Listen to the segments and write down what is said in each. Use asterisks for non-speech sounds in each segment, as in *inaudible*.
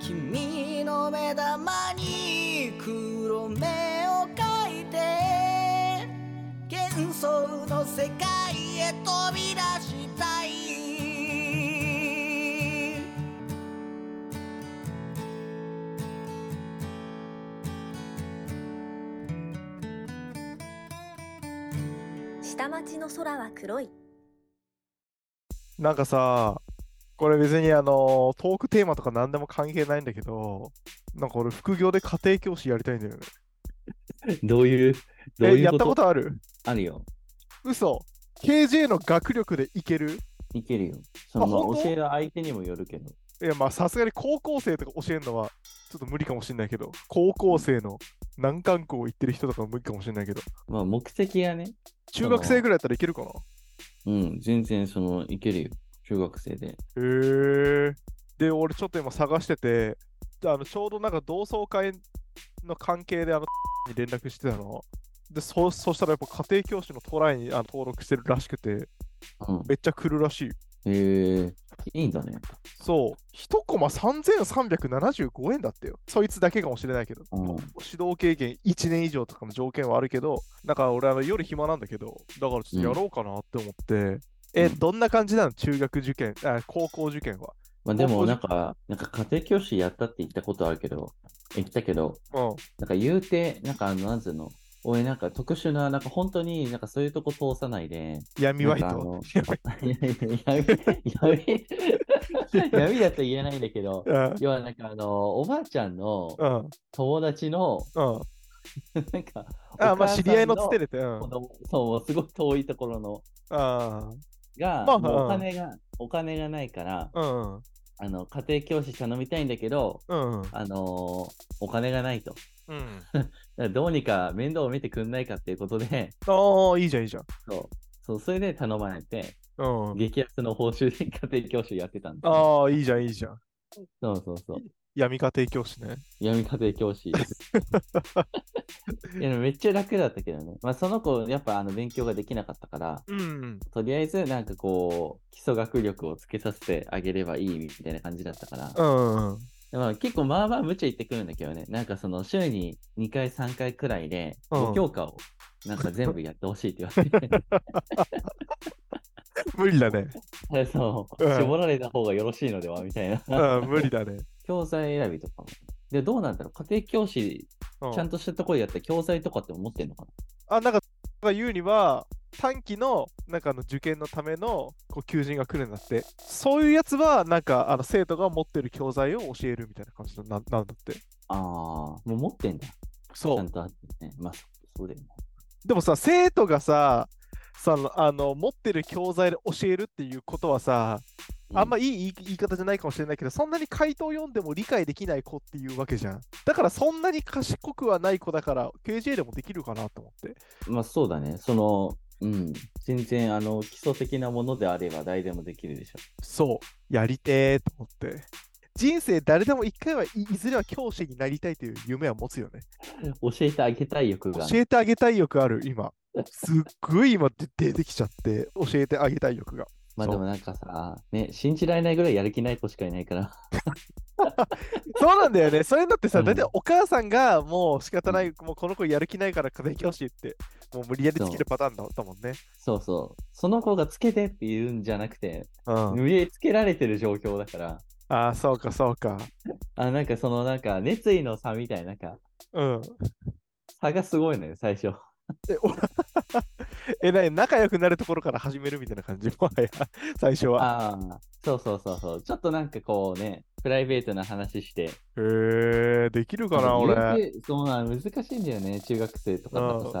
君の目玉に黒目を描いて幻想の世界へ飛び出したい下町の空は黒いなんかさ、これ別にあの、トークテーマとか何でも関係ないんだけど、なんか俺副業で家庭教師やりたいんだよね。どういう、どうえ、いやうったここととあるあるよ。嘘 ?KJ の学力でいけるいけるよ。そのあまあ本当教える相手にもよるけど。いや、まあさすがに高校生とか教えるのはちょっと無理かもしんないけど、高校生の難関校行ってる人とかも無理かもしんないけど、まあ目的がね、中学生ぐらいだったらいけるかなうん、全然その、いけるよ。中学生で。へえ。で、俺ちょっと今探してて、あのちょうどなんか同窓会の関係であの *laughs* に連絡してたの。で、そそしたらやっぱ家庭教師のトライにあの登録してるらしくて、うん。めっちゃ来るらしい。へえ、いいんだね。そう、1コマ3375円だってよ。そいつだけかもしれないけど。うん。指導経験1年以上とかの条件はあるけど、だから俺あの夜暇なんだけど、だからちょっとやろうかなって思って、え、どんな感じなの中学受験、あ高校受験は。まあで高校もじなんか、なんか家庭教師やったって言ったことあるけど、言ったけど、うん。なんか言うて、なんかあの、なんつうの、俺なんか特殊な、なんか本当になんかそういうとこ通さないで、闇バイなんかあトの。いや *laughs* いや闇、闇、闇だと言えないんだけど、うん要はなんかあの、おばあちゃんのうん。友達の、 *laughs* うん。なんか、あおま母あさん知り合いのつてれて。うん。子あ供そう、すごい遠いところの、あ。が、まあもううんお金が、お金がないから、うん。あの、家庭教師頼みたいんだけど、うん。あのーお金がないと。うん。だからどうにか面倒を見てくんないかっていうことで、 *laughs* ああ、いいじゃん、いいじゃん。そう、そうそれで頼まれて、うん。激安の報酬で家庭教師をやってたんだ。ああ、いいじゃん、いいじゃん。そうそうそう。闇家庭教師ね。闇家庭 *laughs* 教師。いやでもめっちゃ楽だったけどね。まあその子、やっぱあの勉強ができなかったから、うん。とりあえずなんかこう、基礎学力をつけさせてあげればいいみたいな感じだったから。うん。うん。でも結構まあまあ無茶言ってくるんだけどね。なんかその週に2回3回くらいで、うん5教科をなんか全部やってほしいって言われて、無理だね。 *laughs* そう、うん絞られた方がよろしいのではみたいな。 *laughs* うん、無理だね。教材選びとかも。で、どうなんだろう家庭教師、うんちゃんとしたところでやったら教材とかって思ってんのかあ、なんか、が言うには、短期の、なんかあの受験のための、こう、求人が来るんだって。そういうやつは、なんか、あの、生徒が持ってる教材を教えるみたいな感じななんだって。なああ、もう持ってんだ。そちゃんとあってね。まあ、そそうだよね。でもさ、生徒がさ、そのあの持ってる教材で教えるっていうことはさ、あんまり、いい言い言い方じゃないかもしれないけど、そんなに回答読んでも理解できない子っていうわけじゃん。だからそんなに賢くはない子だから、KJ でもできるかなと思って。まあそうだね。その、うん。全然、あの、基礎的なものであれば誰でもできるでしょ。そう、やりてーと思って。人生誰でも一回はい、いずれは教師になりたいという夢は持つよね。教えてあげたい欲がある。教えてあげたい欲ある、今。すっごい今で出てきちゃって、教えてあげたい欲が。まあそうでもなんかさ、ね、信じられないぐらいやる気ない子しかいないから。 *laughs* そうなんだよね。それだってさ、うん大体お母さんがもう仕方ない、もうこの子やる気ないから家庭教師って、もう無理やりつけるパターンだったもんね。そうそう。その子がつけてって言うんじゃなくて、うん。無理やりつけられてる状況だから、ああ、そうか、そうか。あ、なんかそのなんか熱意の差みたいな、なんかうん。差がすごいのよ、最初。え、おえ、なに、仲良くなるところから始めるみたいな感じもはや、 *laughs* 最初は。ああ、そうそうそうそう。ちょっとなんかこうね、プライベートな話して。へえ、できるかな、言うて俺。。そうなの難しいんだよね、中学生とかだとさ。思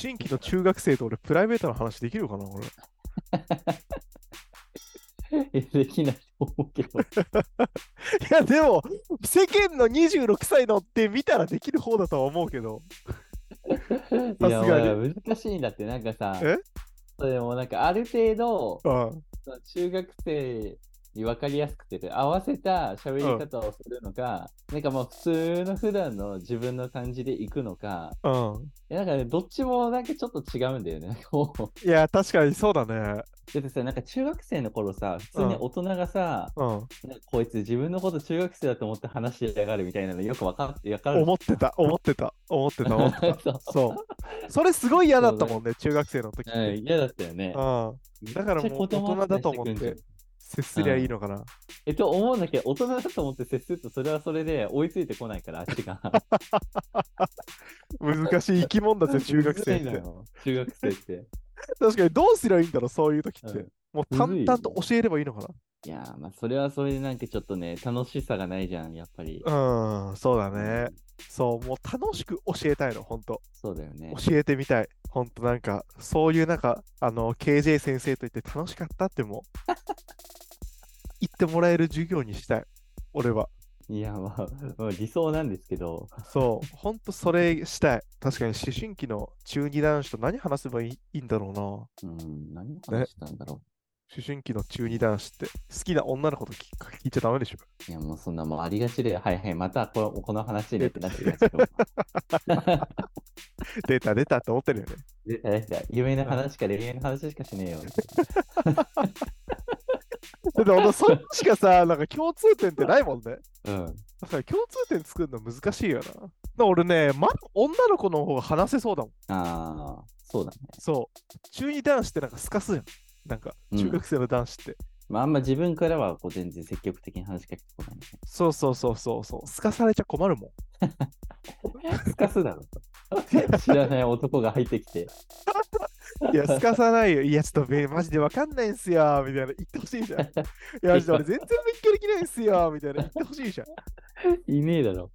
春期の中学生と俺、プライベートの話できるかな、俺。えできないと思うけど。いや、でも、世間の26歳のって見たらできる方だとは思うけど。いや、さすがにほら難しいんだって、なんかさえ、それもなんかある程度、うん。中学生に分かりやすくてで合わせた喋り方をするのか、なんかもう普通の普段の自分の感じで行くのか、うん。いやなんかね、どっちもなんかちょっと違うんだよね。 *laughs* なんかもういや、確かにそうだね。だってさ、なんか中学生の頃さ、普通に大人がさ、うん。なんかこいつ自分のこと中学生だと思って話しやがるみたいなのよくわかって、わかる。思ってた、思ってた、思ってた、思ってた。 *laughs* そうそう。それすごい嫌だったもんね、中学生の時っうて。ん、嫌だったよね。うだからもうめっちゃ子供大人扱いしてくんじゃんだと思って。ん。接すりゃいいのかな。えと思うんだけど、大人だと思って接すると、それはそれで追いついてこないから、あっ *laughs* ちが。難しい生き物 *laughs* だぜ、中学生っむずいのて。よ中学生って。確かに、どうすりゃいいんだろう、そういう時っうてん。もうむず淡い々と教えればいいのかいやー、まあ、それはそれでなんかちょっとね、楽しさがないじゃん、やっぱり。な。うん、そうだね。そう、もう楽しく教えたいの、ほんと。そうだよね。教えてみたい。ほんと、なんか、そういうなんか、あの、KJ 先生と言って楽しかったっても *laughs* う、言ってもらえる授業にしたい。俺は。いや、まあ、まあ理想なんですけど、そう、ほんとそれしたい。確かに思春期の中二男子と何話せばいいいいんだろうな。思うん、何を話したんだろ春期の中二男子って好きな女の子と聞聞いちゃダメでしょ。う。いや、もうそんなもうありがちで、はいはい、またこのこの話でってなってるけど。 *laughs* 出た出たって思ってるよね。出た出た夢の話しか恋愛の話しかしねえよ。だってほんとそっちがさ、 *laughs* なんか共通点ってないもんね。うん。だから共通点作るの難しいよな。だから俺ね、まだ女の子の方が話せそうだもん。ああ、そうだね。そう。中二男子ってなんかすかすやん。なんかうん中学生の男子って。まあ、あんま自分からはこう全然積極的に話しかけてこない、ね。 *laughs* そうそうそうそうそう。すかされちゃ困るもん。すかすだろと。知らない男が入ってきて。いや、すかさないよ。いや、ちょっとべマジでわかんないんすよ。みたいな言ってほしい *laughs* じゃん。いや、マジで俺全然勉強できないんすよ。みたいな言ってほしいじゃん。いねえだろ。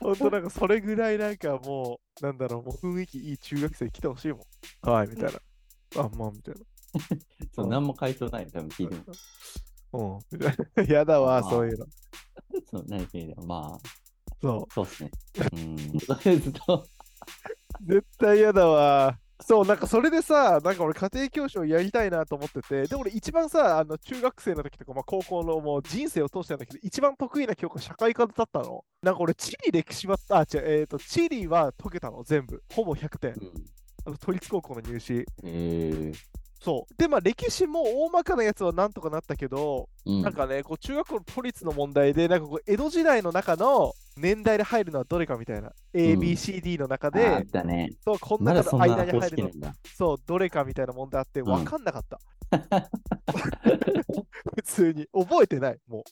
ほんとなんかそれぐらいなんかもう、なんだろう、もう雰囲気いい中学生来てほしいもん。はい、みたいな。あ、まあ、みたいな。そう、何も回答ない。多分聞いても。うん、 *laughs* みたいな。やだわ、まあそういうの。そう、何聞いても。まあ、そそうっすね。うん。とりあえずと、う。絶対やだわ。そう、なんかそれでさ、なんか俺家庭教師をやりたいなと思ってて、で、俺一番さ、あの中学生の時とか、まあ、高校のもう人生を通してなんだけど、一番得意な教科社会科だったの。なんか俺、地理歴史は、あ、違う、えっ、と、地理は解けたの、全部。ほぼ100点。うん。あの都立高校の入試。えそう。で、まあ、歴史も大まかなやつはなんとかなったけど、ー。なんかね、こう中学校の都立の問題で、なんかこう江戸時代の中の年代で入るのはどれかみたいな、A、B、C、D の中うん、ああっで、たね。そうこんまだ中そのんな間に公入式るなの、んだ。そう、どれかみたいな問題あって、うん分かんなかった。 *laughs* 普通に、覚えてない、も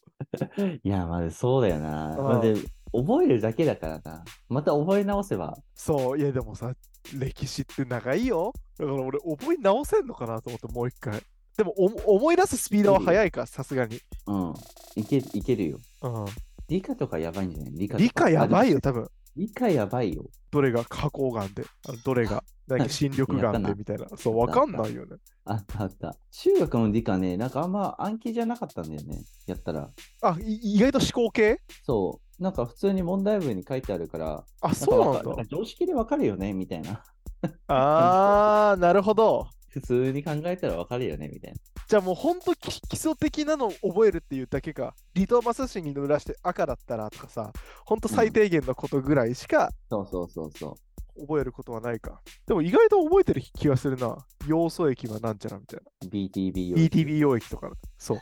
いや、まあ、そうだよな。うんまあ、で覚えるだけだからな。また覚え直せば。う。そう、いや、でもさ、歴史って長いよ。だから俺、覚え直せんのかなと思って、もう一回。でもお思い出すスピードは速いか、さすがに。うん。いけ、いけるよ。うん。理科とかやばいんじゃない理科とか理科やばい。あよ、でも多分。理科やばいよ。どれが花崗岩で、あのどれが、なんか新緑岩でみたいな。そう、わかんないよね。あったあった。中学の理科ね、なんかあんま暗記じゃなかったんだよね。やったら。あ、い意外と思考系そう。なんか普通に問題文に書いてあるから、あ、そうなんかわだ。かか常識でわかるよね、みたいな。 *laughs* あー、なるほど。普通に考えたらわかるよね、みたいな。じゃあもうほんと基基礎的なのを覚えるっていうだけか、リトマス紙に濡らして赤だったらとかさ、ほんと最低限のことぐらいしかそうそうそうそ。覚えることはないか。でも意外と覚えてる気がするな。要素液はなんちゃらみたいう BTB な。を。 BTB 溶液とか。そう。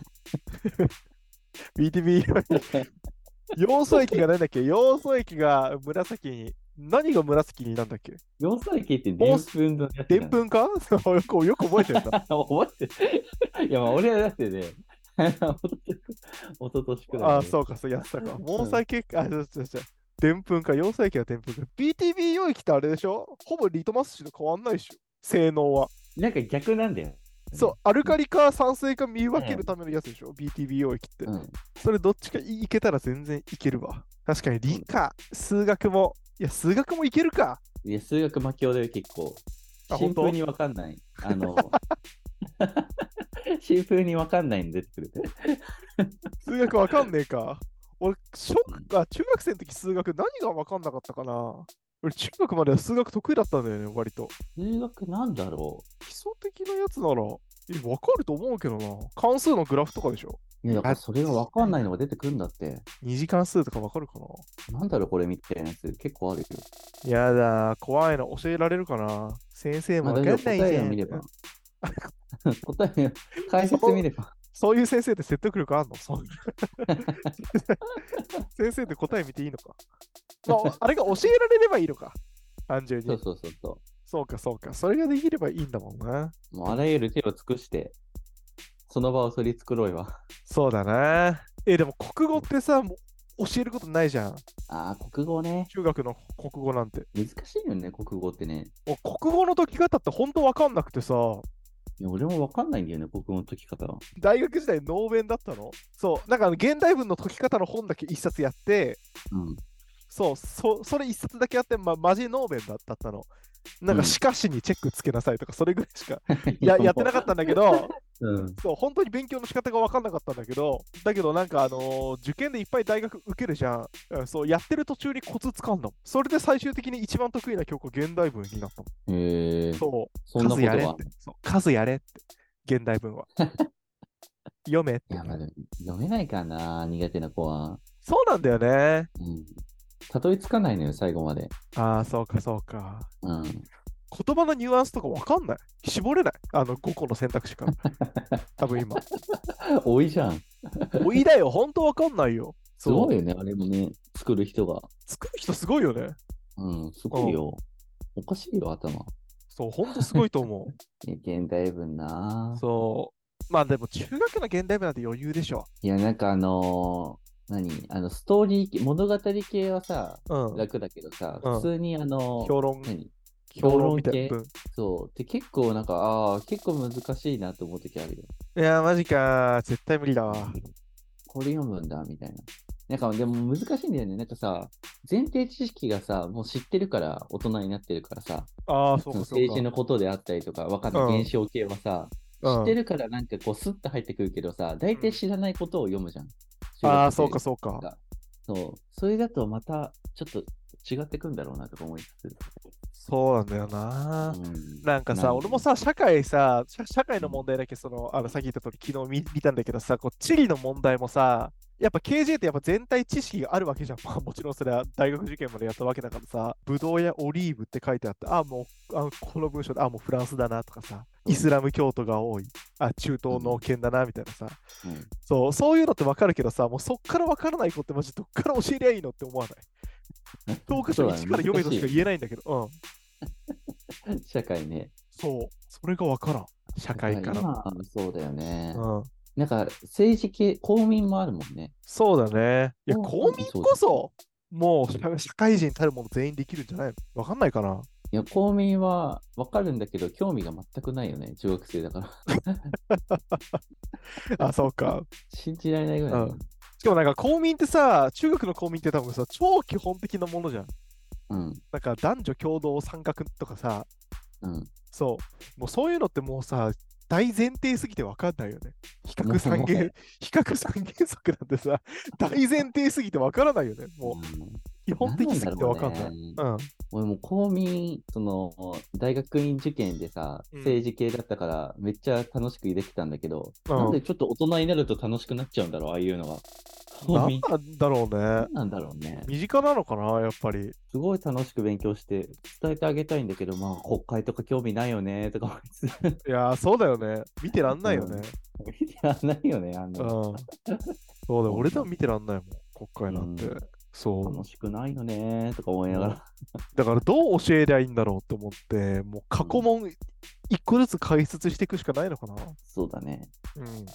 BTB 溶液。要素液が何だっけ要素液が紫に。何が紫になんだっけ要素液ってでんぷんのやつでだんね。ぷんか *laughs* そうよくよく覚えてるんだ。覚えて *laughs* る。いや、まあ、俺はだってね、おととしくらい。ああ、そうか、そうやってたか。毛細血管、あ、違う違う違う。でんぷんか、葉細液はでんぷんか。BTB 溶液ってあれでしょほぼリトマス紙と変わんないでしょ性能は。なんか逆なんだよ。そう、アルカリか酸性か見分けるためのやつでしょ、?BTB 溶液って。うん。それどっちかいいけたら全然いけるわ。確かに理科、数学も、いや、数学もいけるか。いや、数学巻きだよ、結構。あシ本ンプ当ルにわかんない。あの、 *laughs* シンプルにわかんないの出てくる。数学わかんねえか。俺、小学あ中学生の時数学何がわかんなかったかな俺、中学までは数学得意だったんだよね、割と。数学なんだろ基礎的なやつなら、え、わかると思うけどな。関数のグラフとかでしょね、だからそれが分かんないのが出てくるんだって。二次関数とかわかるかななんだろう、これみたいなやつ結構あるよ。やだ、怖いな。教えられるかな先生もまあわか大ん丈な夫答いじえゃをん見。れば。 *laughs* 答えを、解説見れば。そういう先生って説得力あんのそう *laughs* 先生って答え見ていいのか、まあ、あれが教えられればいいのか単純そうに。そうそうそそうかそうか。それができればいいんだもんな。う。もうあらゆる手を尽くして、その場を取り繕えば。そうだな。え、でも国語ってさ、もう教えることないじゃん。ああ、国語ね。中学の国語なんて。難しいよね、国語ってね。もう国語の解き方って本当わかんなくてさ、いや俺も分かんないんだよね、国語の解き方は。大学時代能弁だったのそう、なんかあの現代文の解き方の本だけ一冊やって、うん。そう、そそれ一冊だけあって、ま、マジノーベンだだったの。なんうか、んしかしにチェックつけなさいとか、それぐらいし *laughs* かややってなかったんだけど、うん。そう、本当に勉強の仕方が分かんなかったんだけど、だけどなんか、あのー受験でいっぱい大学受けるじゃん。うんそう、やってる途中にコツつかんだもん。それで最終的に一番得意な教科、現代文になったもん。へえー、そう、そんなこ数とやは。れって。そう数やれって、現代文 *laughs* は。読めってい。や、まあでも読めないかな、苦手な子は。そうなんだよね。うん。たどり着かないのよ、最後まで。ああ、そうか、そうか。うん。言葉のニュアンスとか分かんない。絞れない。あの5個の選択肢から。 *laughs* 多分今。 *laughs* 多いじゃん。おいだよ、本当分かんないよ。すごいよね、あれもね、作る人が。作る人すごいよね。うん、すごいよ。おかしいよ、頭。そう、本当すごいと思え現代文な *laughs* う。ぁ。そう。まあでも中学の現代部なんて余裕でしょ。いや、なんかあのー何あの、ストーリー系、物語系はさ、うん。楽だけどさ、うん普通にあのー評論、何評論みたいな評文。そう。で、結構なんか、ああ、結構難しいなと思うときあるよ。いやー、マジかー。絶対無理だわ。これ読むんだ、みたいな。なんか、でも難しいんだよね。なんかさ、前提知識がさ、もう知ってるから、大人になってるからさ、ああ、そそうのか、そう政治か。のことであったりとか、わかんなうんい現象系はさ、知ってるからなんかこう、スッと入ってくるけどさ、大体知らないことを読むじゃん。うん、ああ、そうか、中そう学生か。が。そう。それだとまた、ちょっと違ってくんだろうなとか思いつつ。そうなんだよなー。うんなんかさ、なん俺もさ、社会さ、社社会の問題だけ、その、あの、さっき言った通り、昨日見見たんだけどさ、こう、地理の問題もさ、やっぱ KJ ってやっぱ全体知識があるわけじゃん。ま *laughs* あもちろんそれは大学受験までやったわけだからさ、ブドウやオリーブって書いてあって、あ、もう、あこの文章で、あ、もうフランスだなとかさ、イスラム教徒が多い、あ、中東の県だなみたいなさ、うんそう、そういうのってわかるけどさ、もうそっからわからない子ってマジどっから教えりゃいいのって思わない。 *laughs* 教科書そうだね1から読めとしか言えないんだけど、うん。社会ね。そう、それがわからん。社会から。今そうだよね。うん、なんか政治系、公民もあるもんね。そうだね。いや、うん公民こそ、もう社社会人たるもの全員できるんじゃないのわかんないかな。いや、公民はわかるんだけど、興味が全くないよね、中学生だから。 *laughs* *laughs* あ、そうか。信じられないぐらい。しかもなんか公民ってさ、中学の公民って多分さ、超基本的なものじゃん。うん、なんか男女共同参画とかさ、うん。そう。もうそういうのってもうさ、大前提すぎてわかんないよね。比も較う三原、比較三原則なんてさ、大前提すぎてわからないよね。もう基本的すぎてわかんない。い。うん。俺もう公民、その、大学院受験でさ、うん政治系だったから、めっちゃ楽しくできたんだけど、うんなんでちょっと大人になると楽しくなっちゃうんだろう、ああいうのが。公なん民、なんだろうね何。なんだろうね。身近なのかな、やっぱり。すごい楽しく勉強して、伝えてあげたいんだけど、まあ、国会とか興味ないよね、とか思いつつ *laughs* いやー、そうだよね。見てらんないよね。見てらんないよね、あう。んなんの。そうだよ、俺でも見てらんないもん、国会なんてう。そう楽。しくないよね、とか思いながら。だから、どう教えりゃいいんだろうって思って、もう過去問一個ずつ解説していくしかないのかな。そうだね。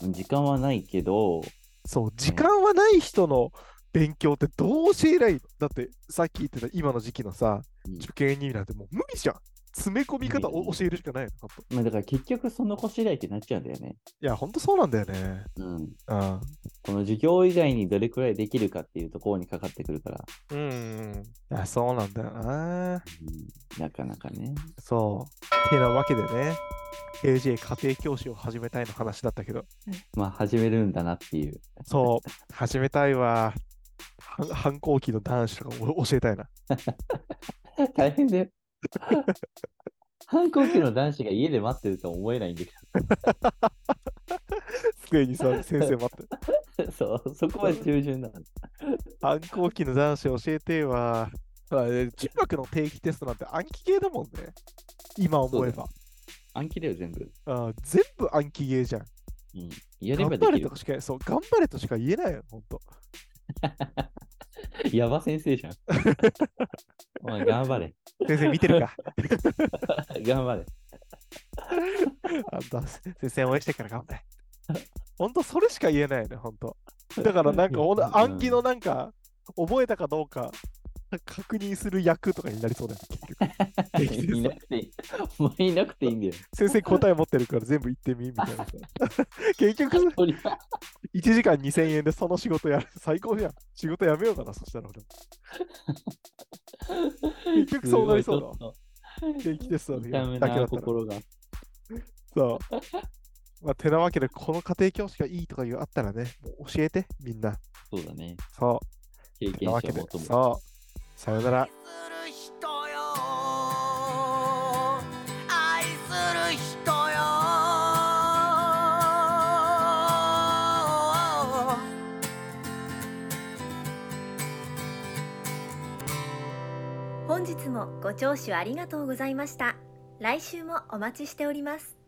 うん。時間はないけど、そう、時間はない人の勉強ってどう教えりゃいいのだって、さっき言ってた今の時期のさ、うん受験になんてもう無理じゃん。詰め込み方を無理教えるしかないのかと。まあ、だから結局その子次第ってなっちゃうんだよね。いや、ほんとそうなんだよね。うん。うん。この授業以外にどれくらいできるかっていうところにかかってくるから、うんうん。いや、そうなんだよな。うん、なかなかね。そう。てなわけでね、AJ 家庭教師を始めたいの話だったけど、まあ、始めるんだなっていう。そう、始めたいわ。反反抗 *laughs* 期の男子とかを教えたいな。大変だよ。反抗期の男子が家で待ってるとは思えないんだけ机にさ、先生待って。ど。そう、そこは従順なの。暗記期の男子教えては。まあね中学の定期テストなんて暗記系だもんね。今思えば。暗記だよ、全部。あー全部暗記ゲーじゃん。うん。やれ頑ば張でれきとるか。しかそう頑張れとしか言えないよ、ほんと。やば先生じゃ *laughs* ん。お前、頑張れ。先生見てるか頑張れ。あんた先生応援してっから頑張れ。ほんとそれしか言えないよね、ほんと。だからなんかほんと暗記のなんか覚えたかどうか確認する役とかになりそうだよね、結局。定期テスト *laughs* いなくていい。お前いなくていいんだよ。先生答え持ってるから全部言ってみみた *laughs* いなさ。結局とりあ1時間2000円でその仕事やる。最高じゃん。仕事やめようかな、そしたら *laughs* 俺も。えず結局そうなりそうだわすごい定期テスちょトのっと痛時めだけだなったら。心が。そう。ま *laughs* あ、てなわけで、この家庭教師がいいとかいうあったらね、もう教えて、みんな。そうだね。そ経う。て験な者わをけで、求む。そう。さよなら。愛する人よ愛する人よ本日もご聴取ありがとうございました来週もお待ちしております